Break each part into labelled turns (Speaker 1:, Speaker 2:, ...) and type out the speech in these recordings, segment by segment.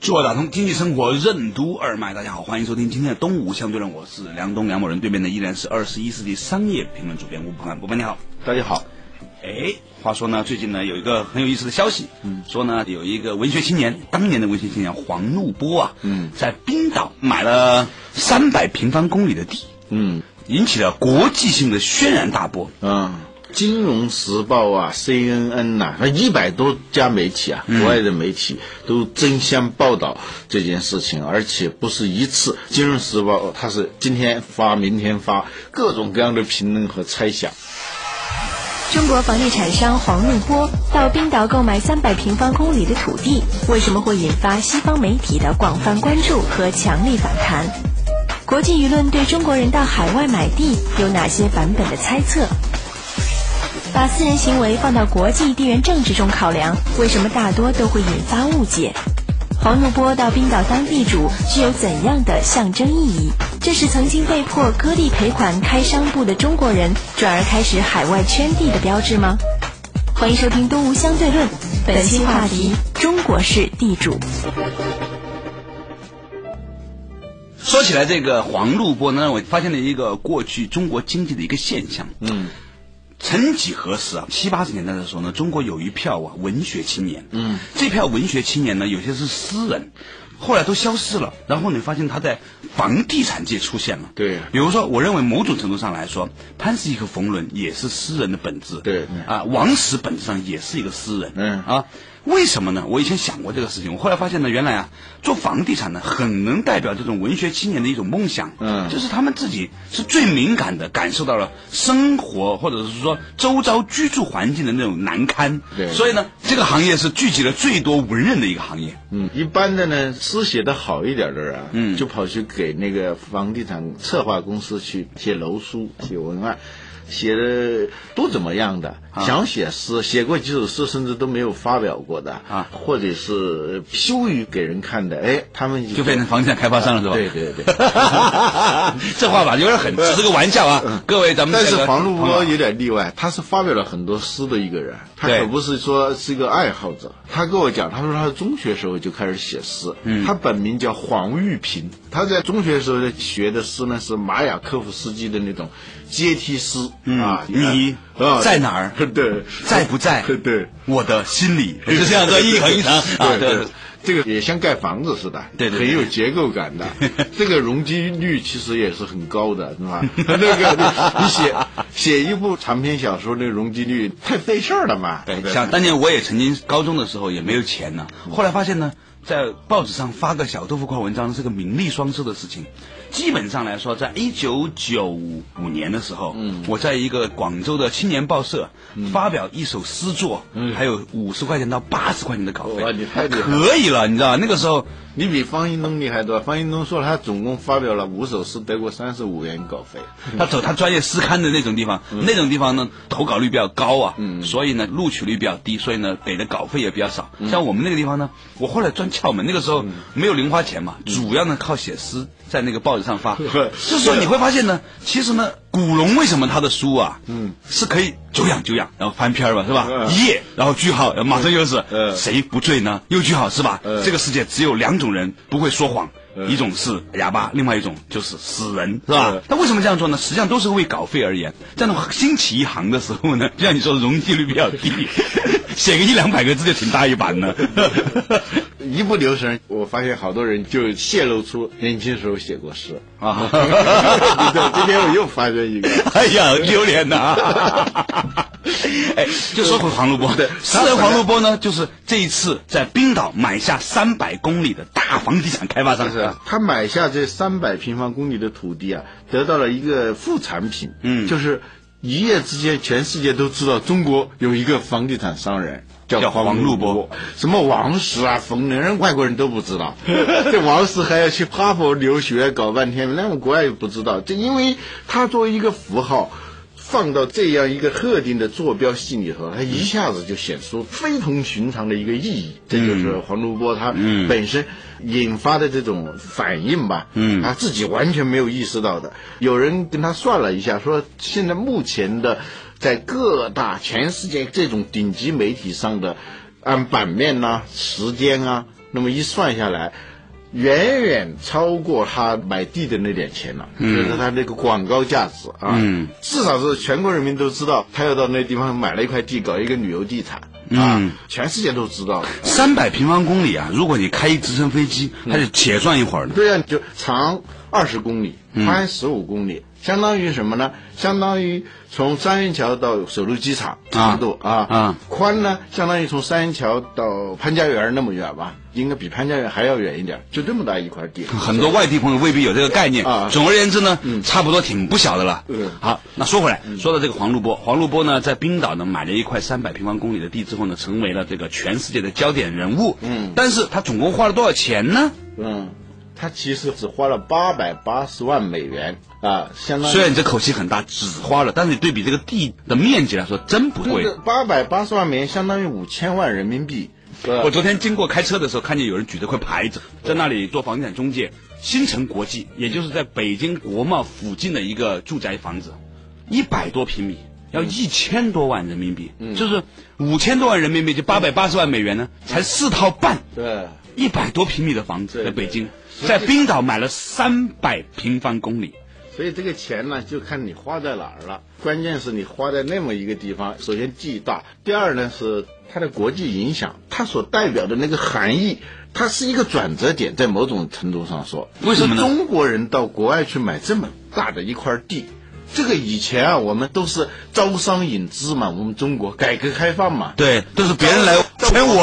Speaker 1: 做打通经济生活任督二脉，大家好，欢迎收听今天的东吴相对论，我是梁东梁某人，对面的依然是二十一世纪商业评论主编吴伯凡，伯凡你好。
Speaker 2: 大家好，
Speaker 1: 哎，话说呢，最近呢有一个很有意思的消息，嗯，说呢有一个文学青年，当年的文学青年黄怒波啊，嗯，在冰岛买了三百平方公里的地，
Speaker 2: 嗯
Speaker 1: 引起了国际性的轩然大波。
Speaker 2: 嗯，金融时报啊，CNN 呐、那一百多家媒体啊，国外的媒体都争相报道这件事情，而且不是一次。金融时报它是今天发，明天发，各种各样的评论和猜想。
Speaker 3: 中国房地产商黄怒波到冰岛购买三百平方公里的土地，为什么会引发西方媒体的广泛关注和强力反弹？国际舆论对中国人到海外买地有哪些版本的猜测？把私人行为放到国际地缘政治中考量，为什么大多都会引发误解？黄怒波到冰岛当地主具有怎样的象征意义？这是曾经被迫割地赔款开商埠的中国人，转而开始海外圈地的标志吗？欢迎收听《东吴相对论》，本期话题：中国式地主。
Speaker 1: 说起来，这个黄录波呢，我发现了一个过去中国经济的一个现象。嗯，曾几何时啊，七八十年代的时候呢，中国有一票啊文学青年。嗯，这票文学青年呢，有些是诗人，后来都消失了。然后你发现他在房地产界出现了。
Speaker 2: 对
Speaker 1: 比如说，我认为某种程度上来说，潘石屹和冯仑也是诗人的本质。
Speaker 2: 对
Speaker 1: 啊，王石本质上也是一个诗人。
Speaker 2: 嗯
Speaker 1: 啊。为什么呢？我以前想过这个事情，我后来发现呢，原来啊，做房地产呢，很能代表这种文学青年的一种梦想。
Speaker 2: 嗯
Speaker 1: 就是他们自己是最敏感的感受到了生活或者是说周遭居住环境的那种难堪。
Speaker 2: 对
Speaker 1: 所以呢，这个行业是聚集了最多文人的一个行业。
Speaker 2: 嗯，一般的呢，诗写的好一点的人啊，
Speaker 1: 嗯
Speaker 2: 就跑去给那个房地产策划公司去写楼书、写文案，写的都怎么样的？
Speaker 1: 啊
Speaker 2: 想写诗，写过几首诗，甚至都没有发表过的
Speaker 1: 啊
Speaker 2: 或者是呃羞于给人看的，哎，他们
Speaker 1: 就变成房地产开发商了，是吧？
Speaker 2: 对对对。
Speaker 1: 这话吧，有点狠，只是个玩笑啊，各位，咱们
Speaker 2: 嗯但
Speaker 1: 这
Speaker 2: 是
Speaker 1: 个
Speaker 2: 黄路
Speaker 1: 朋友
Speaker 2: 波有点例外，他是发表了很多诗的一个人，他
Speaker 1: 对
Speaker 2: 可不是说是一个爱好者。他跟我讲，他说他中学时候就开始写诗，
Speaker 1: 嗯
Speaker 2: 他本名叫黄玉平，他在中学时候学的诗呢是马雅科夫斯基的那种阶梯诗、啊，
Speaker 1: 嗯你
Speaker 2: 啊
Speaker 1: 在哪儿
Speaker 2: 对，
Speaker 1: 在不 在？
Speaker 2: 对，
Speaker 1: 我的心里是这 样的，一横一长啊，
Speaker 2: 对对，这个也像盖房子似的，
Speaker 1: 对对对
Speaker 2: 很有结构感的。 这个容积率其实也是很高的，是吧？那个你写写一部长篇小说，那个容积率太费事儿了嘛。
Speaker 1: 对
Speaker 2: 不
Speaker 1: 对，像当年我也曾经高中的时候也没有钱呢，后来发现呢，在报纸上发个小豆腐块文章是个名利双收的事情。基本上来说，在一九九五年的时候，我在一个广州的青年报社发表一首诗作，还有五十块钱到八十块钱的稿费，
Speaker 2: 哇你太厉害了
Speaker 1: 可以了，你知道吧？那个时候。
Speaker 2: 你比方英东厉害多了。方英东说他总共发表了五首诗，得过三十五元稿费。
Speaker 1: 他走他专业诗刊的那种地方，
Speaker 2: 嗯
Speaker 1: 那种地方呢投稿率比较高啊，所以呢录取率比较低，所以呢给的稿费也比较少。
Speaker 2: 嗯
Speaker 1: 像我们那个地方呢，我后来钻窍门，那个时候没有零花钱嘛，主要呢靠写诗在那个报纸上发。
Speaker 2: 嗯
Speaker 1: 就是说你会发现呢，其实呢，古龙为什么他的书啊，嗯，是可以久仰久仰，然后翻篇儿吧，是吧？
Speaker 2: 嗯
Speaker 1: 一夜，然后句号，然后马上又是
Speaker 2: 嗯
Speaker 1: 谁不醉呢？又句号是吧？
Speaker 2: 嗯
Speaker 1: 这个世界只有两种人不会说谎。一种是哑巴，另外一种就是死人，是吧
Speaker 2: 嗯？
Speaker 1: 那为什么这样做呢？实际上都是为稿费而言。这种新起一行的时候呢，就 像你说的容积率比较低， 写个一两百个字就挺大一版了。
Speaker 2: 一不留神，我发现好多人就泄露出年轻时候写过诗。
Speaker 1: 啊
Speaker 2: 你知道今天我又发现一个。
Speaker 1: 哎呀，榴莲呐、 哎，就说回黄录波，
Speaker 2: 对
Speaker 1: 诗人黄录波呢，就是这一次在冰岛买下三百公里的大房地产开发商。
Speaker 2: 就是啊他买下这三百平方公里的土地啊，得到了一个副产品，
Speaker 1: 嗯
Speaker 2: 就是一夜之间，全世界都知道中国有一个房地产商人
Speaker 1: 叫
Speaker 2: 叫
Speaker 1: 黄
Speaker 2: 禄
Speaker 1: 禄波，
Speaker 2: 什么王石啊、冯仑，人外国人都不知道。这王石还要去哈佛留学，搞半天，那么国外也不知道。这因为他作为一个符号。放到这样一个特定的坐标系里头，它一下子就显出非同寻常的一个意义。这就是黄禄波他本身引发的这种反应吧，嗯，他自己完全没有意识到的。有人跟他算了一下，说现在目前的在各大全世界这种顶级媒体上的，按版面呐、时间啊，那么一算下来。远远超过他买地的那点钱了，就是他那个广告价值啊，至少是全国人民都知道，他要到那地方买了一块地，搞一个旅游地产啊，全世界都知道。
Speaker 1: 三百平方公里啊！如果你开一直升飞机，
Speaker 2: 嗯
Speaker 1: 它就且转一会儿呢。
Speaker 2: 对呀、就长二十公里，
Speaker 1: 嗯
Speaker 2: 宽十五公里，相当于什么呢？相当于从三元桥到首都机场长度啊
Speaker 1: 啊
Speaker 2: 宽呢相当于从三元桥到潘家园那么远吧，应该比潘家园还要远一点，就这么大一块地。
Speaker 1: 很多外地朋友未必有这个概念。
Speaker 2: 啊
Speaker 1: 总而言之呢，差不多挺不小的了。
Speaker 2: 嗯
Speaker 1: 好，那说回来，说到这个黄录波，黄录波呢，在冰岛呢买了一块三百平方公里的地之后呢，成为了这个全世界的焦点人物。嗯，但是他总共花了多少钱呢？
Speaker 2: 嗯，他其实只花了八百八十万美元啊，相当于
Speaker 1: 虽然你这口气很大，只花了，但是你对比这个地的面积来说，真不贵。
Speaker 2: 八百八十万美元相当于五千万人民币。呃
Speaker 1: 我昨天经过开车的时候，看见有人举着块牌子，在那里做房地产中介。新城国际，也就是在北京国贸附近的一个住宅房子，一百多平米，要一千多万人民币，
Speaker 2: 嗯
Speaker 1: 就是五千多万人民币，就八百八十万美元呢，才四套半，
Speaker 2: 对，
Speaker 1: 一百多平米的房子，
Speaker 2: 对
Speaker 1: 在北京，
Speaker 2: 对
Speaker 1: 在冰岛买了三百平方公里。
Speaker 2: 所以这个钱呢，就看你花在哪儿了。关键是你花在那么一个地方，首先地大，第二呢是它的国际影响，它所代表的那个含义，它是一个转折点，在某种程度上说，
Speaker 1: 为什么呢
Speaker 2: 中国人到国外去买这么大的一块地。这个以前啊，我们都是招商引资嘛，我们中国改革开放嘛，
Speaker 1: 对，都是别
Speaker 2: 圈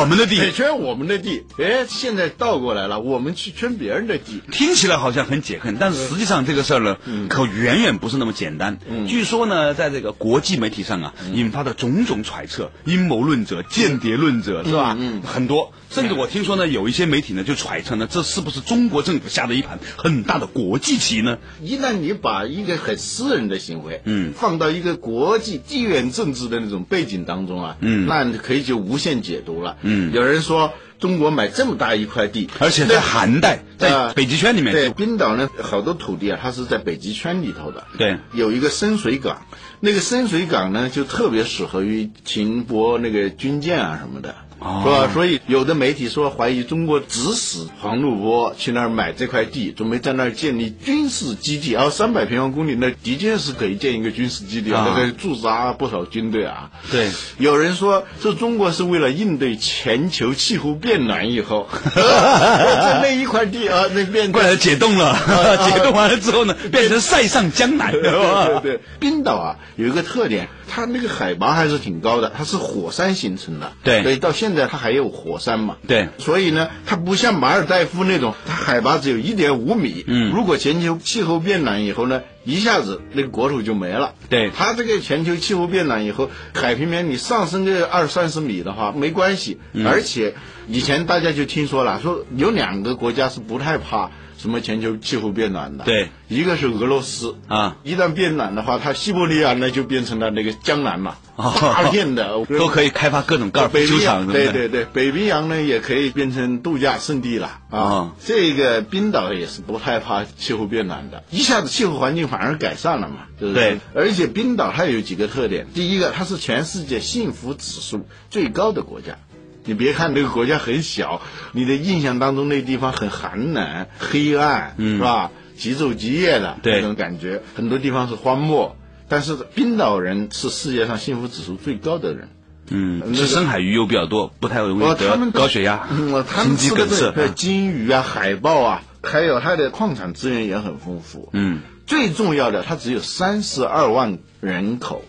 Speaker 1: 们的
Speaker 2: 对，圈我们的地，哎，现在倒过来了，我们去圈别人的地。
Speaker 1: 听起来好像很解恨，但是实际上这个事儿呢，
Speaker 2: 嗯
Speaker 1: 可远远不是那么简单。据说呢，在这个国际媒体上啊，
Speaker 2: 嗯
Speaker 1: 引发的种种揣测、阴谋论者、间谍论
Speaker 2: 嗯
Speaker 1: 者，是吧？很多，甚至我听说呢，有一些媒体呢就揣测呢，这是不是中国政府下的一盘很大的国际棋呢？
Speaker 2: 一旦你把一个很私人的行为，嗯，放到一个国际地缘政治的那种背景当中啊，嗯，那你可以就无限解读了。嗯，有人说中国买这么大一块地，
Speaker 1: 而且在寒带，在
Speaker 2: 呃
Speaker 1: 北极圈里面
Speaker 2: 对，
Speaker 1: 就，
Speaker 2: 冰岛呢，好多土地啊，它是在北极圈里头的。
Speaker 1: 对
Speaker 2: 有一个深水港，那个深水港呢，就特别适合于停泊那个军舰啊什么的。
Speaker 1: 哦
Speaker 2: 是吧？所以有的媒体说怀疑中国指使黄禄波去那儿买这块地，准备在那儿建立军事基地。然后三百平方公里，那的确是可以建一个军事基地，
Speaker 1: 啊
Speaker 2: 那个驻扎不少军队啊。
Speaker 1: 对，
Speaker 2: 有人说这中国是为了应对全球气候变暖 以后， 呃在那一块地啊，那变
Speaker 1: 过来解冻了， 解冻完了之后呢，变成塞上江南，是吧
Speaker 2: 啊对对对，冰岛啊有一个特点，它那个海拔还是挺高的，它是火山形成的。
Speaker 1: 对
Speaker 2: 所以到现在它还有火山嘛。
Speaker 1: 对
Speaker 2: 所以呢，它不像马尔代夫那种，它海拔只有一点五米。嗯，如果全球气候变暖以后呢，一下子那个国土就没了。
Speaker 1: 对
Speaker 2: 它这个全球气候变暖以后，海平面你上升个二三十米的话没关系，而且以前大家就听说了，说有两个国家是不太怕什么全球气候变暖的。
Speaker 1: 对，
Speaker 2: 一个是俄罗斯
Speaker 1: 啊，
Speaker 2: 一旦变暖的话，它西伯利亚那就变成了那个江南嘛，
Speaker 1: 哦
Speaker 2: 大片的
Speaker 1: 都可以开发各种高尔夫
Speaker 2: 北
Speaker 1: 球
Speaker 2: 冰
Speaker 1: 场
Speaker 2: 洋，
Speaker 1: 什么
Speaker 2: 对
Speaker 1: 的。
Speaker 2: 对对，北冰洋呢也可以变成度假胜地了啊。
Speaker 1: 啊
Speaker 2: 这个冰岛也是不害怕气候变暖的，一下子气候环境反而改善了嘛，对不
Speaker 1: 对
Speaker 2: 而且冰岛它有几个特点，第一个它是全世界幸福指数最高的国家。你别看这个国家很小，你的印象当中那地方很寒冷、黑暗，嗯、是吧？极昼极夜的
Speaker 1: 对
Speaker 2: 那种感觉，很多地方是荒漠。但是冰岛人是世界上幸福指数最高的人，
Speaker 1: 嗯，吃深海鱼油比较多，不太容易
Speaker 2: 哦，他
Speaker 1: 得
Speaker 2: 们
Speaker 1: 高血压
Speaker 2: 嗯、哦、、他
Speaker 1: 心
Speaker 2: 们
Speaker 1: 肌
Speaker 2: 吃
Speaker 1: 梗
Speaker 2: 的这
Speaker 1: 塞。嗯
Speaker 2: 个金鱼啊、海豹啊，还有它的矿产资源也很丰富。
Speaker 1: 嗯，
Speaker 2: 最重要的，它只有三十二万人口。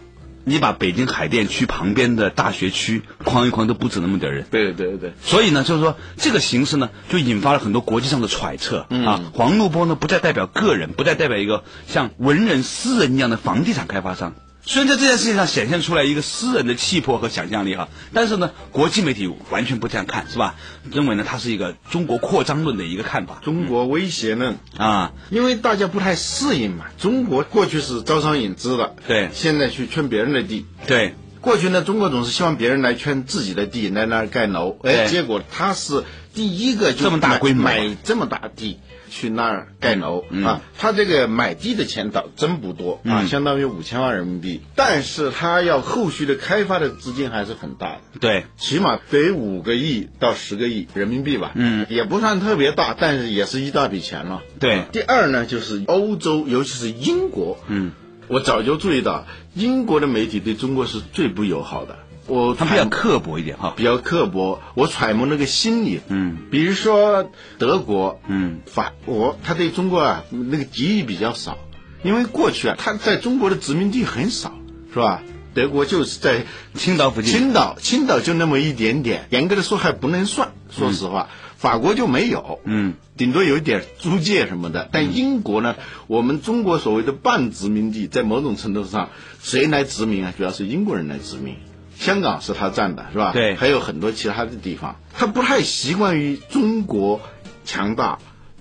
Speaker 1: 你把北京海淀区旁边的大学区框一框，都不止那么点人。
Speaker 2: 对对对，
Speaker 1: 所以呢，就是说这个形式呢，就引发了很多国际上的揣测、
Speaker 2: 嗯
Speaker 1: 啊。黄禄波呢，不再代表个人，不再代表一个像文人、私人一样的房地产开发商，虽然在这件事情上显现出来一个诗人的气魄和想象力哈，但是呢，国际媒体完全不这样看，是吧？认为呢，它是一个中国扩张论的一个看法
Speaker 2: 中国威胁论，
Speaker 1: 啊。
Speaker 2: 因为大家不太适应嘛。中国过去是招商引资的，
Speaker 1: 对
Speaker 2: 现在去圈别人的地。
Speaker 1: 对，
Speaker 2: 过去呢，中国总是希望别人来圈自己的地，来那儿盖楼。哎，
Speaker 1: 对
Speaker 2: 结果他是第一个就
Speaker 1: 这么大
Speaker 2: 买
Speaker 1: 规模
Speaker 2: 买这么大地去那儿盖楼、
Speaker 1: 嗯
Speaker 2: 啊！他这个买地的钱倒真不多、啊，
Speaker 1: 嗯
Speaker 2: 相当于五千万人民币，但是他要后续的开发的资金还是很大的。
Speaker 1: 对，
Speaker 2: 起码得五个亿到十个亿人民币吧，
Speaker 1: 嗯，
Speaker 2: 也不算特别大，但是也是一大笔钱了。
Speaker 1: 对
Speaker 2: 第二呢，就是欧洲，尤其是英国，
Speaker 1: 嗯，
Speaker 2: 我早就注意到英国的媒体对中国是最不友好的。我
Speaker 1: 他们比较
Speaker 2: 看
Speaker 1: 刻薄一点哈。
Speaker 2: 比较刻薄，我揣摩那个心理。
Speaker 1: 嗯，
Speaker 2: 比如说德国，
Speaker 1: 嗯，
Speaker 2: 法国，他对中国啊那个敌意比较少，因为过去啊他在中国的殖民地很少，是吧？德国就是在
Speaker 1: 青岛附近
Speaker 2: 青岛青岛就那么一点点，严格的说还不能算，说实话。法国就没有，
Speaker 1: 嗯，
Speaker 2: 顶多有一点租界什么的。但英国呢，我们中国所谓的半殖民地，在某种程度上，谁来殖民啊？主要是英国人来殖民。香港是他占的，是吧？
Speaker 1: 对
Speaker 2: 还有很多其他的地方，他不太习惯于中国强大，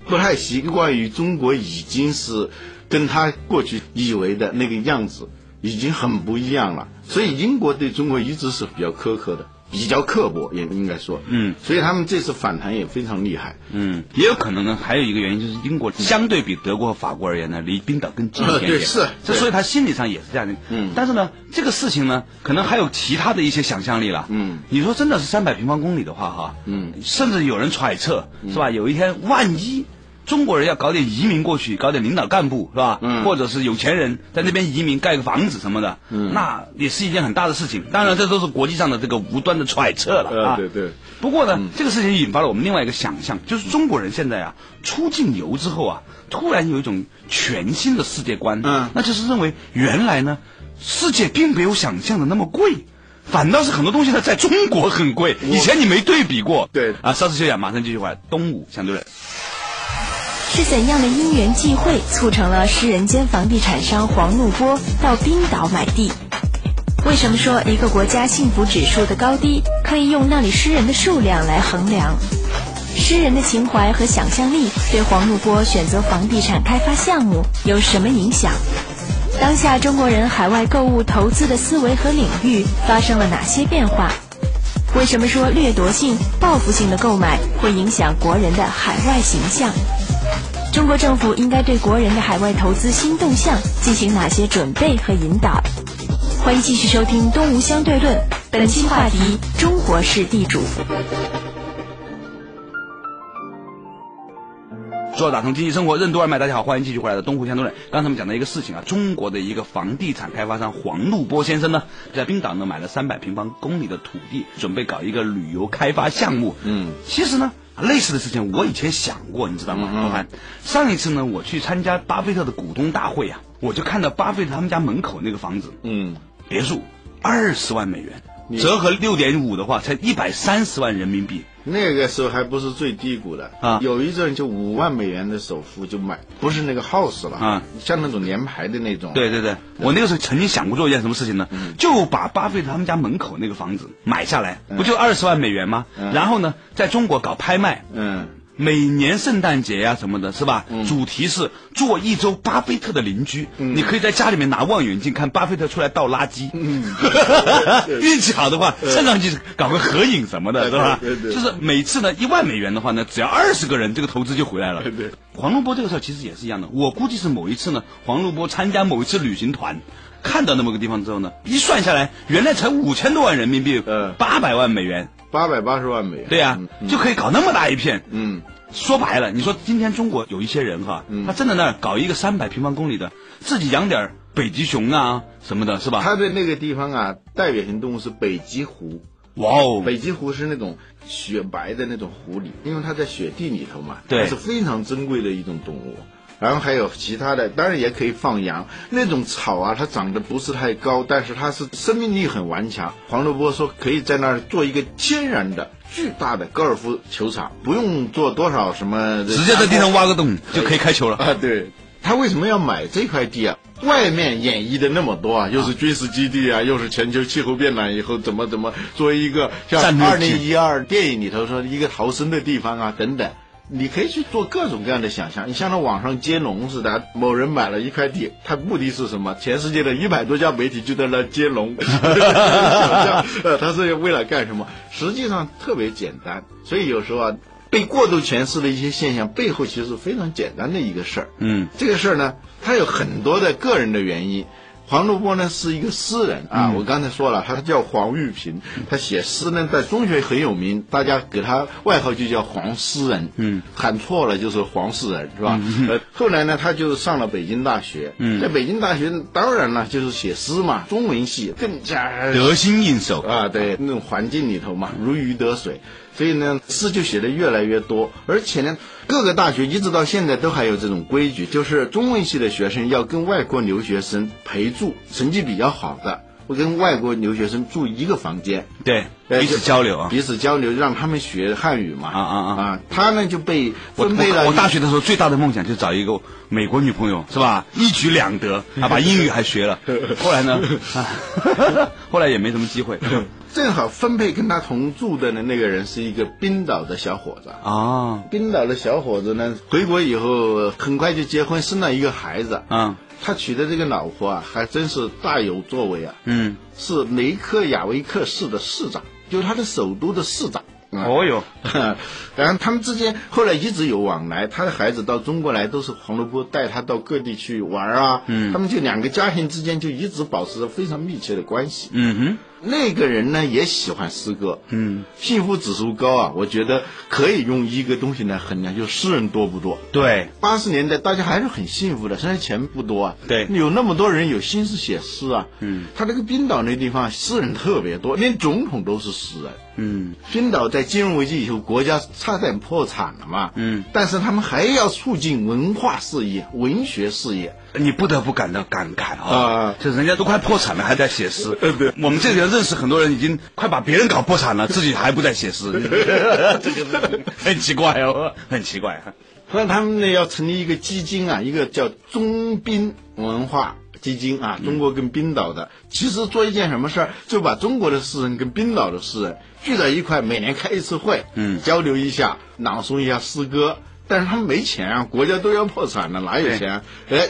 Speaker 2: 不太习惯于中国已经是跟他过去以为的那个样子已经很不一样了。所以英国对中国一直是比较苛刻的，比较刻薄，也应该说。
Speaker 1: 嗯，
Speaker 2: 所以他们这次反弹也非常厉害。
Speaker 1: 嗯，也有可能呢，还有一个原因就是英国相对比德国和法国而言呢，离冰岛更近一点点，
Speaker 2: 呃对是
Speaker 1: 这
Speaker 2: 对
Speaker 1: 所以他心理上也是这样的。
Speaker 2: 嗯
Speaker 1: 但是呢，这个事情呢，可能还有其他的一些想象力了。
Speaker 2: 嗯，
Speaker 1: 你说真的是三百平方公里的话，哈，
Speaker 2: 嗯，
Speaker 1: 甚至有人揣测，是吧？有一天万一。中国人要搞点移民过去，搞点领导干部是吧？
Speaker 2: 嗯
Speaker 1: 或者是有钱人在那边移民盖个房子什么的，嗯、那也是一件很大的事情。当然，这都是国际上的这个无端的揣测了、
Speaker 2: 呃
Speaker 1: 啊。
Speaker 2: 对对
Speaker 1: 不过
Speaker 2: 嗯
Speaker 1: 呢，这个事情引发了我们另外一个想象，就是中国人现在啊，出境游之后啊，突然有一种全新的世界观，
Speaker 2: 嗯
Speaker 1: 那就是认为原来呢，世界并没有想象的那么贵。反倒是很多东西呢，在中国很贵，以前你没对比过。
Speaker 2: 对
Speaker 1: 啊，稍事休想，马上继续回来。东吴相对论，
Speaker 3: 是怎样的因缘际会促成了诗人兼房地产商黄怒波到冰岛买地？为什么说一个国家幸福指数的高低可以用那里诗人的数量来衡量？诗人的情怀和想象力对黄怒波选择房地产开发项目有什么影响？当下中国人海外购物投资的思维和领域发生了哪些变化？为什么说掠夺性、报复性的购买会影响国人的海外形象？中国政府应该对国人的海外投资新动向进行哪些准备和引导？欢迎继续收听《东吴相对论》，本期话题：中国式地主。
Speaker 1: 做打通经济生活任督二脉，大家好，欢迎继续回来的东湖相对论。刚才我们讲到一个事情啊，中国的一个房地产开发商黄怒波先生呢，在冰岛呢买了三百平方公里的土地，准备搞一个旅游开发项目。
Speaker 2: 嗯，
Speaker 1: 其实呢，类似的事情我以前想过，你知道吗？
Speaker 2: 嗯嗯
Speaker 1: 罗凡，上一次呢，我去参加巴菲特的股东大会啊，我就看到巴菲特他们家门口那个房子
Speaker 2: 嗯，
Speaker 1: 别墅，二十万美元，折合六点五的话，才一百三十万人民币。
Speaker 2: 那个时候还不是最低谷的
Speaker 1: 啊
Speaker 2: 有一阵就五万美元的首付就买，不是那个 house 了
Speaker 1: 啊，
Speaker 2: 像那种联排的那种。嗯
Speaker 1: 对对对，我那个时候曾经想过做一件什么事情呢？就把巴菲特他们家门口那个房子买下来，不就二十万美元吗？
Speaker 2: 嗯
Speaker 1: 然后呢，在中国搞拍卖，
Speaker 2: 嗯，
Speaker 1: 每年圣诞节呀、什么的，是吧？主题是做一周巴菲特的邻居，
Speaker 2: 嗯
Speaker 1: 你可以在家里面拿望远镜看巴菲特出来倒垃圾，
Speaker 2: 嗯
Speaker 1: 运气好的话，上上去搞个合影什么的，是吧？
Speaker 2: 对对对
Speaker 1: 就是每次呢一万美元的话呢，只要二十个人，这个投资就回来了。
Speaker 2: 对
Speaker 1: 黄龙波这个事儿其实也是一样的，我估计是某一次呢，黄龙波参加某一次旅行团。看到那么个地方之后呢，一算下来，原来才五千多万人民币
Speaker 2: 嗯，
Speaker 1: 八百万美元，
Speaker 2: 八百八十万美元。
Speaker 1: 对呀、就可以搞那么大一片，
Speaker 2: 嗯，
Speaker 1: 说白了，你说今天中国有一些人哈，他真的那儿搞一个三百平方公里的，自己养点儿北极熊啊什么的，是吧？
Speaker 2: 它的那个地方啊，代表性动物是北极狐。
Speaker 1: 哇哦，
Speaker 2: 北极狐是那种雪白的那种狐狸，因为它在雪地里头嘛，
Speaker 1: 对
Speaker 2: 它是非常珍贵的一种动物。然后还有其他的，当然也可以放羊。那种草啊，它长得不是太高，但是它是生命力很顽强。黄萝卜说可以在那儿做一个天然的巨大的高尔夫球场，不用做多少什么，
Speaker 1: 直接在地上挖个洞就可以开球了。
Speaker 2: 啊，对，他为什么要买这块地啊？外面演绎的那么多啊，又是军事基地啊，又是全球气候变暖以后怎么怎么，作为一个像二
Speaker 1: 战略
Speaker 2: 零
Speaker 1: 地
Speaker 2: 一二电影里头说一个逃生的地方啊等等。你可以去做各种各样的想象，你像那网上接龙似的，某人买了一块地，他目的是什么？全世界的一百多家媒体就在那接龙，想象呃，他是为了干什么？实际上特别简单，所以有时候啊，被过度诠释的一些现象背后其实是非常简单的一个事儿。
Speaker 1: 嗯，
Speaker 2: 这个事儿呢，它有很多的个人的原因。黄录波呢是一个诗人啊，我刚才说了，他叫黄玉平，他写诗呢在中学很有名，大家给他外号就叫黄诗人。嗯，喊错了就是黄诗人是吧？呃，后来呢，他就上了北京大学。嗯，在北京大学当然了，就是写诗嘛，中文系更加
Speaker 1: 得心应手。
Speaker 2: 啊，对，那种环境里头嘛，如鱼得水，所以呢，诗就写的越来越多，而且呢，各个大学一直到现在都还有这种规矩，就是中文系的学生要跟外国留学生陪住，成绩比较好的会跟外国留学生住一个房间，
Speaker 1: 对，
Speaker 2: 呃
Speaker 1: 彼此交流啊。
Speaker 2: 彼此交流，让他们学汉语嘛，
Speaker 1: 啊啊啊
Speaker 2: 他呢就被
Speaker 1: 我
Speaker 2: 分配
Speaker 1: 我
Speaker 2: 到
Speaker 1: 我
Speaker 2: 一
Speaker 1: 大学的时候最大的梦想就是找一个美国女朋友，是 吧？一举两得啊，把英语还学了。后来呢，啊后来也没什么机 会。
Speaker 2: 正好分配跟他同住的呢那个人是一个冰岛的小伙子啊。
Speaker 1: 啊，
Speaker 2: 冰岛的小伙子呢，回国以后很快就结婚，生了一个孩子。
Speaker 1: 嗯，
Speaker 2: 他娶的这个老婆啊，还真是大有作为啊，
Speaker 1: 嗯，
Speaker 2: 是梅克雅维克市的市长，就是他的首都的市长。啊
Speaker 1: 哦哟，
Speaker 2: 然后他们之间后来一直有往来，他的孩子到中国来都是黄萝卜带他到各地去玩啊，嗯，他们就两个家庭之间就一直保持着非常密切的关系，
Speaker 1: 嗯
Speaker 2: 那个人呢也喜欢诗歌，嗯，幸福指数高啊，我觉得可以用一个东西来衡量，就诗人多不多。
Speaker 1: 哼，对，
Speaker 2: 八十年代大家还是很幸福的，虽然钱不多啊，
Speaker 1: 对
Speaker 2: 有那么多人有心思写诗啊，嗯，他这个冰岛那地方诗人特别多，连总统都是诗人，
Speaker 1: 嗯，
Speaker 2: 冰岛在金融危机以后，国家差点破产了嘛，
Speaker 1: 嗯，
Speaker 2: 但是他们还要促进文化事业、文学事业，
Speaker 1: 你不得不感到感慨啊
Speaker 2: 啊，呃
Speaker 1: 就是人家都快破产了，还在写诗。我们这里认识很多人已经快把别人搞破产了，自己还不在写 诗， 这个很奇怪哦，很奇怪。
Speaker 2: 后来他们呢要成立一个基金啊，一个叫中冰文化基金啊，中国跟冰岛的，其实做一件什么事儿，就把中国的诗人跟冰岛的诗人聚在一块，每年开一次会，嗯，交流一下，朗诵一下诗歌。但是他们没钱啊，国家都要破产了，哪有钱、啊？哎，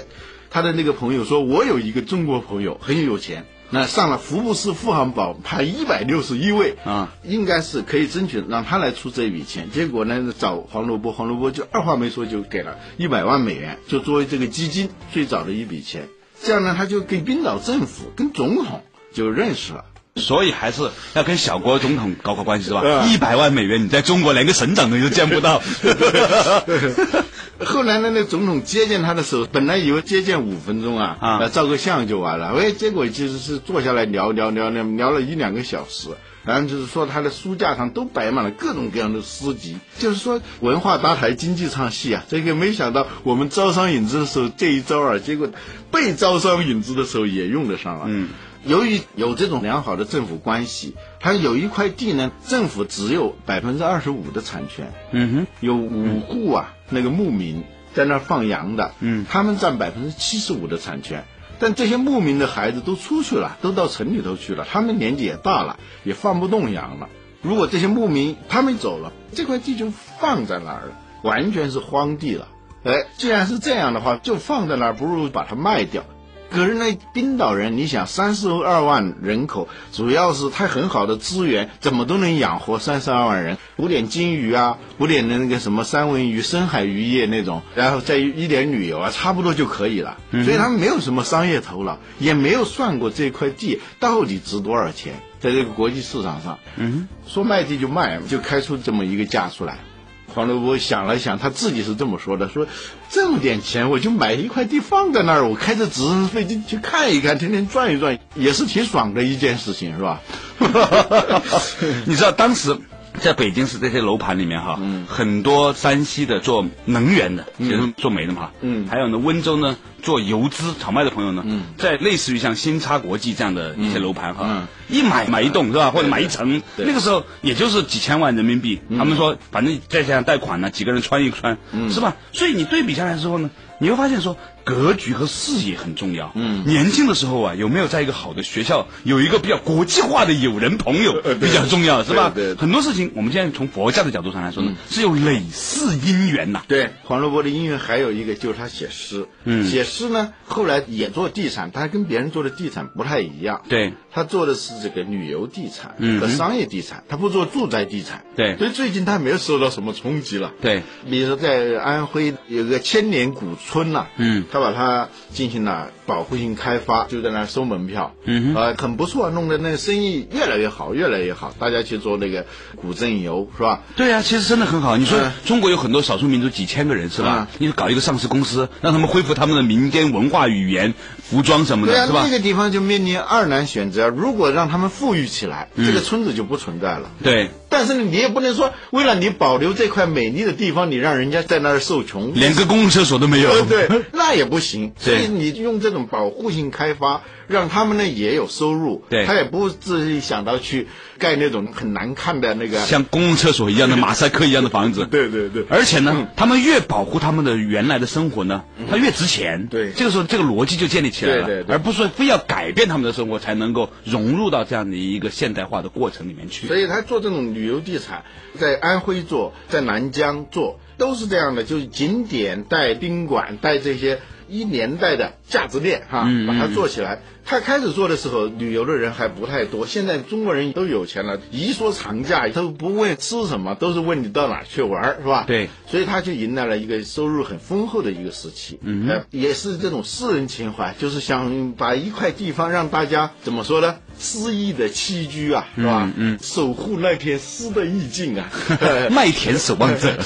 Speaker 2: 他的那个朋友说，我有一个中国朋友很有钱。那上了福布斯富豪榜排一百六十一位
Speaker 1: 啊，
Speaker 2: 应该是可以争取让他来出这笔钱。结果呢，找黄萝卜，黄萝卜就二话没说就给了一百万美元，就作为这个基金最早的一笔钱。这样呢，他就跟冰岛政府、跟总统就认识了。
Speaker 1: 所以还是要跟小国总统搞搞关系是吧？
Speaker 2: 嗯
Speaker 1: 一百万美元，你在中国连个省长你都见不到。
Speaker 2: 后来呢，那总统接见他的时候，本来以为接见五分钟啊，
Speaker 1: 啊
Speaker 2: 呃照个相就完了。哎，结果其实是坐下来聊聊聊聊聊了一两个小时，然后就是说他的书架上都摆满了各种各样的诗集，就是说文化搭台，经济唱戏啊。这个没想到我们招商引资的时候这一招啊，结果被招商引资的时候也用得上了。嗯。由于有这种良好的政府关系，它有一块地呢，政府只有百分之二十五的产权，
Speaker 1: 嗯
Speaker 2: 有五户啊，那个牧民在那儿放羊的，嗯，他们占百分之七十五的产权。但这些牧民的孩子都出去了，都到城里头去了，他们年纪也大了，也放不动羊了。如果这些牧民他们走了，这块地就放在那儿了，完全是荒地了。哎，既然是这样的话，就放在那儿，不如把它卖掉。可是呢，冰岛人，你想三十二万人口，主要是他很好的资源，怎么都能养活三十二万人，捕点金鱼啊，捕点的那个什么三文鱼、深海渔业那种，然后再一点旅游啊，差不多就可以了。所以他们没有什么商业头脑，也没有算过这块地到底值多少钱，在这个国际市场上，嗯，说卖地就卖，就开出这么一个价出来。黄萝卜想了想，他自己是这么说的：“说这么点钱，我就买一块地放在那儿，我开着直升飞机去看一看，天天转一转，也是挺爽的一件事情，是吧？”
Speaker 1: 哼，你知道当时在北京市这些楼盘里面哈，很多山西的做能源的，其实做煤的嘛，嗯，还有呢，温州呢做油脂炒卖的朋友呢，在类似于像新叉国际这样的一些楼盘哈，一买买一栋是吧，或者买一层，那个时候也就是几千万人民币，
Speaker 2: 嗯
Speaker 1: 他们说反正再加上贷款呢，几个人穿一穿，是吧？所以你对比下来之后呢，你会发现说。格局和视野很重要。嗯，年轻的时候啊，有没有在一个好的学校，有一个比较国际化的友人朋友，比较重要，是吧？
Speaker 2: 呃对对嗯
Speaker 1: 很多事情，我们现在从佛教的角度上来说呢，是有累世因缘呐、
Speaker 2: 对，黄罗伯的音乐还有一个就是他写诗，写诗呢，后来也做地产，他跟别人做的地产不太一样，
Speaker 1: 对，
Speaker 2: 他做的是这个旅游地产和商业地产，他不做住宅地产，
Speaker 1: 嗯对
Speaker 2: 所以最近他没有受到什么冲击了，
Speaker 1: 对，
Speaker 2: 比如说在安徽有个千年古村呐、
Speaker 1: 嗯，
Speaker 2: 他把它进行了保护性开发，就在那儿收门票，
Speaker 1: 嗯哼
Speaker 2: 呃，很不错，弄得那个生意越来越好，越来越好，大家去做那个古镇游是吧？
Speaker 1: 对啊，其实真的很好。你说、
Speaker 2: 嗯
Speaker 1: 中国有很多少数民族几千个人是吧？你搞一个上市公司，让他们恢复他们的民间文化、语言、服装什么的，
Speaker 2: 对啊，
Speaker 1: 是吧
Speaker 2: 那？个地方就面临二难选择，如果让他们富裕起来，这个村子就不存在了。
Speaker 1: 嗯对，
Speaker 2: 但是呢，你也不能说为了你保留这块美丽的地方，你让人家在那儿受穷，
Speaker 1: 连个公共厕所都没有。
Speaker 2: 呃 对，那也不行。所
Speaker 1: 对
Speaker 2: 以你用这种保护性开发，让他们呢也有收入，
Speaker 1: 对
Speaker 2: 他也不自己想到去盖那种很难看的那个，
Speaker 1: 像公共厕所一样的马赛克一样的房子。
Speaker 2: 对对嗯对
Speaker 1: 而且呢，他们越保护他们的原来的生活呢，它越值钱。
Speaker 2: 嗯对
Speaker 1: 这个时候这个逻辑就建立起来了，
Speaker 2: 对对对
Speaker 1: 而不是说非要改变他们的生活才能够融入到这样的一个现代化的过程里面去。
Speaker 2: 所以他做这种旅游地产，在安徽做，在南疆做，都是这样的，就是景点带宾馆带这些一年代的价值链哈，
Speaker 1: 嗯
Speaker 2: 把它做起来。他开始做的时候，旅游的人还不太多，现在中国人都有钱了，一说长假都不问吃什么，都是问你到哪去玩儿是吧？
Speaker 1: 对，
Speaker 2: 所以他就迎来了一个收入很丰厚的一个时期。嗯、呃，也是这种私人情怀，就是想把一块地方让大家怎么说呢？诗意的栖居啊，是吧？嗯，守护那片诗的意境 啊。
Speaker 1: 麦田守望 者，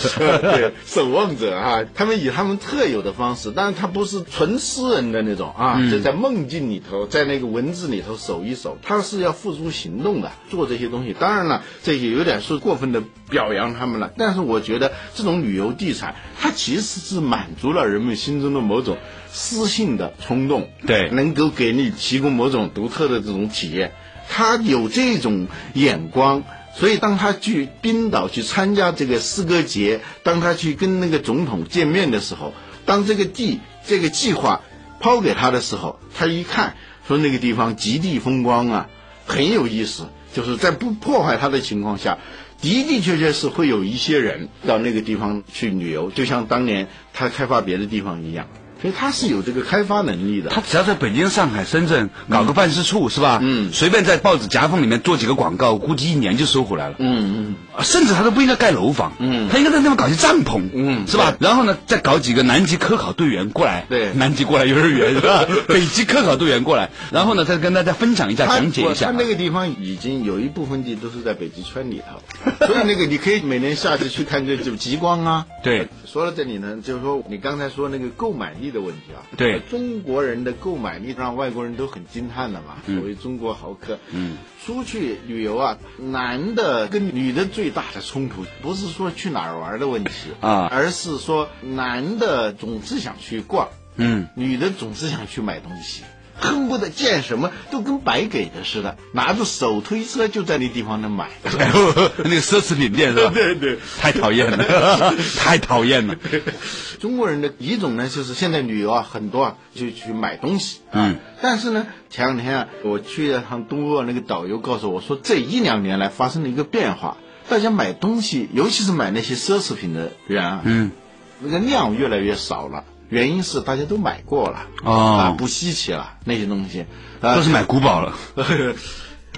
Speaker 2: 对，守望者啊，他们以他们特有的方式，但是他不是纯诗人的那种啊，就在梦境里头，在那个文字里头守一守，他是要付诸行动的，做这些东西。当然了，这也有点是过分的表扬他们了，但是我觉得这种旅游地产，它其实是满足了人们心中的某种诗性的冲动，
Speaker 1: 对
Speaker 2: 能够给你提供某种独特的这种体验。他有这种眼光，所以当他去冰岛去参加这个诗歌节，当他去跟那个总统见面的时候，当这个地这个计划抛给他的时候，他一看说那个地方极地风光啊，很有意思，就是在不破坏它的情况下。的的确确是会有一些人到那个地方去旅游，就像当年他开发别的地方一样，所以他是有这个开发能力的。
Speaker 1: 他只要在北京、上海、深圳搞个办事处，是吧？嗯，随便在报纸夹缝里面做几个广告，估计一年就收回来了。
Speaker 2: 嗯嗯，
Speaker 1: 啊甚至他都不应该盖楼房，嗯，他应该在那边搞些帐篷，嗯，是吧？然后呢，再搞几个南极科考队员过来，
Speaker 2: 对
Speaker 1: 南极过来幼儿园是吧？北极科考队员过来，然后呢，再跟大家分享一下、
Speaker 2: 他
Speaker 1: 讲解一下
Speaker 2: 他。那个地方已经有一部分地都是在北极圈里头，所以那个你可以每年下去去看这就极光啊。
Speaker 1: 对，
Speaker 2: 说到这里呢，就是说你刚才说那个购买力的问题啊，
Speaker 1: 对
Speaker 2: 中国人的购买力让外国人都很惊叹的嘛，
Speaker 1: 嗯
Speaker 2: 所谓中国豪客。嗯，出去旅游啊，男的跟女的最大的冲突不是说去哪儿玩的问题
Speaker 1: 啊
Speaker 2: 而是说男的总是想去逛，
Speaker 1: 嗯，
Speaker 2: 女的总是想去买东西，恨不得见什么都跟白给的似的，拿着手推车就在那地方 那买。
Speaker 1: 然后那个奢侈品店是吧？
Speaker 2: 对对，
Speaker 1: 太讨厌了， 太讨厌 了。
Speaker 2: 中国人的一种呢，就是现在旅游啊，很多啊就去买东西。啊
Speaker 1: 嗯，
Speaker 2: 但是呢，前两天啊，我去了趟东欧啊，那个导游告诉我说，这一两年来发生了一个变化，大家买东西，尤其是买那些奢侈品的人啊，
Speaker 1: 嗯，
Speaker 2: 那个量越来越少了。原因是大家都买过了，
Speaker 1: 哦
Speaker 2: 啊，不稀奇了那些东西，啊、
Speaker 1: 都是买古堡了。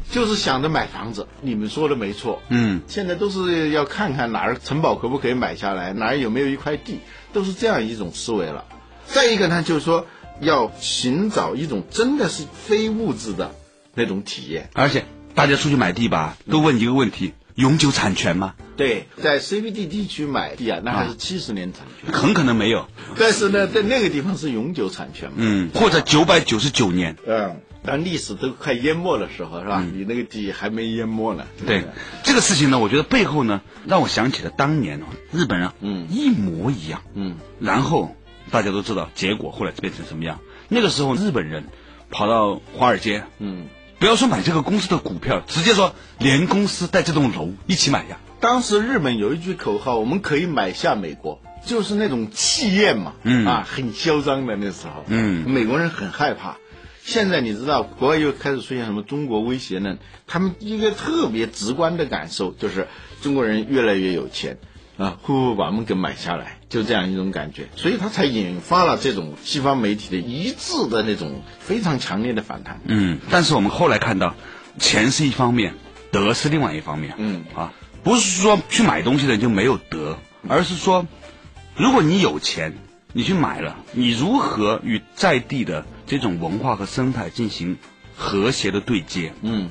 Speaker 2: 就是想着买房子，你们说的没错。
Speaker 1: 嗯，
Speaker 2: 现在都是要看看哪儿城堡可不可以买下来，哪儿有没有一块地，都是这样一种思维了。再一个呢，就是说要寻找一种真的是非物质的那种体验。
Speaker 1: 而且大家出去买地吧，都问一个问题：永久产权吗？
Speaker 2: 对，在 CBD 地区买地啊，那还是七十年产权，
Speaker 1: 很可能没有。
Speaker 2: 但是呢，在那个地方是永久产权嘛。
Speaker 1: 嗯，或者九百九十九年。
Speaker 2: 嗯，当历史都快淹没的时候，是吧？你那个地还没淹没呢。
Speaker 1: 嗯对
Speaker 2: 不
Speaker 1: 这个事情呢，我觉得背后呢，让我想起了当年哦，日本人嗯一模一样嗯，然后大家都知道结果后来变成什么样。那个时候日本人跑到华尔街嗯，不要说买这个公司的股票，直接说连公司带这栋楼一起买呀。
Speaker 2: 当时日本有一句口号，我们可以买下美国，就是那种气焰嘛，
Speaker 1: 嗯
Speaker 2: 啊，很嚣张的那时候，
Speaker 1: 嗯，
Speaker 2: 美国人很害怕。现在你知道，国外又开始出现什么中国威胁呢？他们一个特别直观的感受就是，中国人越来越有钱，啊，会不会把我们给买下来？就这样一种感觉，所以他才引发了这种西方媒体的一致的那种非常强烈的反弹。
Speaker 1: 嗯，但是我们后来看到，钱是一方面，德是另外一方面。
Speaker 2: 嗯
Speaker 1: 啊，不是说去买东西的人就没有德，
Speaker 2: 嗯
Speaker 1: 而是说，如果你有钱，你去买了，你如何与在地的这种文化和生态进行和谐的对接？
Speaker 2: 嗯，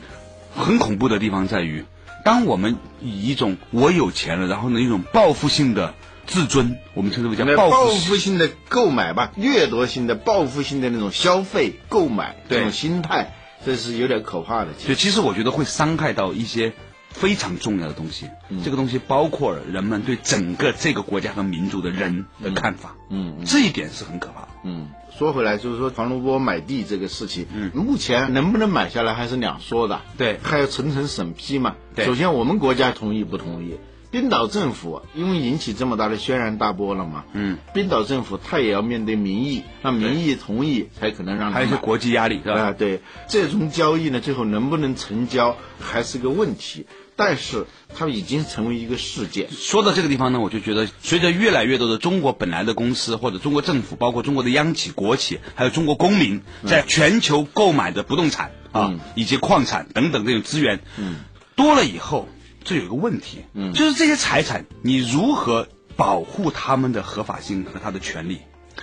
Speaker 1: 很恐怖的地方在于，当我们以一种我有钱了，然后呢一种报复性的自尊，我们称之为叫
Speaker 2: 那
Speaker 1: 报
Speaker 2: 呃报
Speaker 1: 复性
Speaker 2: 复性的购买吧，掠夺性的报复性的那种消费购买
Speaker 1: 对
Speaker 2: 这种心态，这是有点可怕的。其实
Speaker 1: 对，其实我觉得会伤害到一些非常重要的东西。
Speaker 2: 嗯
Speaker 1: 这个东西包括了人们对整个这个国家和民族的人的看法。
Speaker 2: 嗯
Speaker 1: 这一点是很可怕的。
Speaker 2: 嗯，说回来就是说黄龙波买地这个事情，嗯，目前能不能买下来还是两说的，
Speaker 1: 对
Speaker 2: 还要层层审批嘛。
Speaker 1: 对
Speaker 2: 首先我们国家同意不同意？冰岛政府啊因为引起这么大的轩然大波了嘛，
Speaker 1: 嗯，
Speaker 2: 冰岛政府他也要面对民意，让民意同意才可能让他
Speaker 1: 还有一些
Speaker 2: 买
Speaker 1: 国际压力，是吧？
Speaker 2: 啊，对，这种交易呢，最后能不能成交还是个问题，但是它已经成为一个事件。
Speaker 1: 说到这个地方呢，我就觉得，随着越来越多的中国本来的公司或者中国政府，包括中国的央企、国企，还有中国公民，在全球购买的不动产啊、以及矿产等等这种资源，嗯，多了以后，这有一个问题，嗯，就是这些财产你如何保护他们的合法性和他的权利，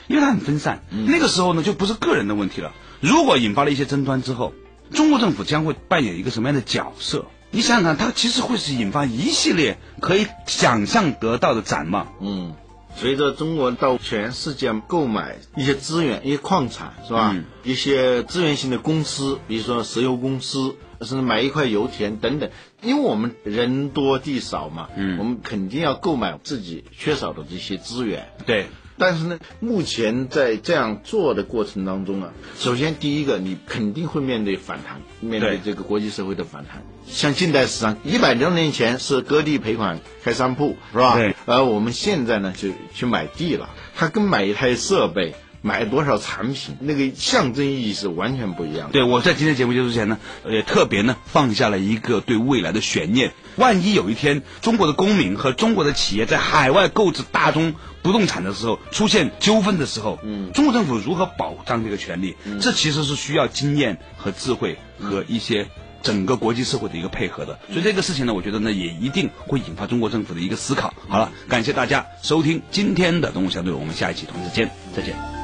Speaker 1: 因为它很分散。那个时候呢，就不是个人的问题了。如果引发了一些争端之后，中国政府将会扮演一个什么样的角色？你想想看，它其实会是引发一系列可以想象得到的展望。
Speaker 2: 嗯，随着中国到全世界购买一些资源、一些矿产，是吧？
Speaker 1: 嗯
Speaker 2: 一些资源性的公司，比如说石油公司，甚至买一块油田等等。因为我们人多地少嘛，嗯，我们肯定要购买自己缺少的这些资源。
Speaker 1: 对，
Speaker 2: 但是呢，目前在这样做的过程当中啊，首先第一个，你肯定会面对反弹，面对
Speaker 1: 对
Speaker 2: 这个国际社会的反弹。像近代史上，一百多年前是割地赔款开商铺，是吧？
Speaker 1: 对。
Speaker 2: 而我们现在呢，就去买地了，它跟买一台设备、买多少产品，那个象征意义是完全不一样的。
Speaker 1: 对我在今天节目结束之前呢，呃也特别呢放下了一个对未来的悬念。万一有一天中国的公民和中国的企业在海外购置大宗不动产的时候出现纠纷的时候，嗯，中国政府如何保障这个权利？
Speaker 2: 嗯
Speaker 1: 这其实是需要经验和智慧和一些。整个国际社会的一个配合
Speaker 2: 嗯
Speaker 1: 的，所以这个事情呢，我觉得呢也一定会引发中国政府的一个思考。好了，感谢大家收听今天的《动物相对论》，我们下一期同时见，再见。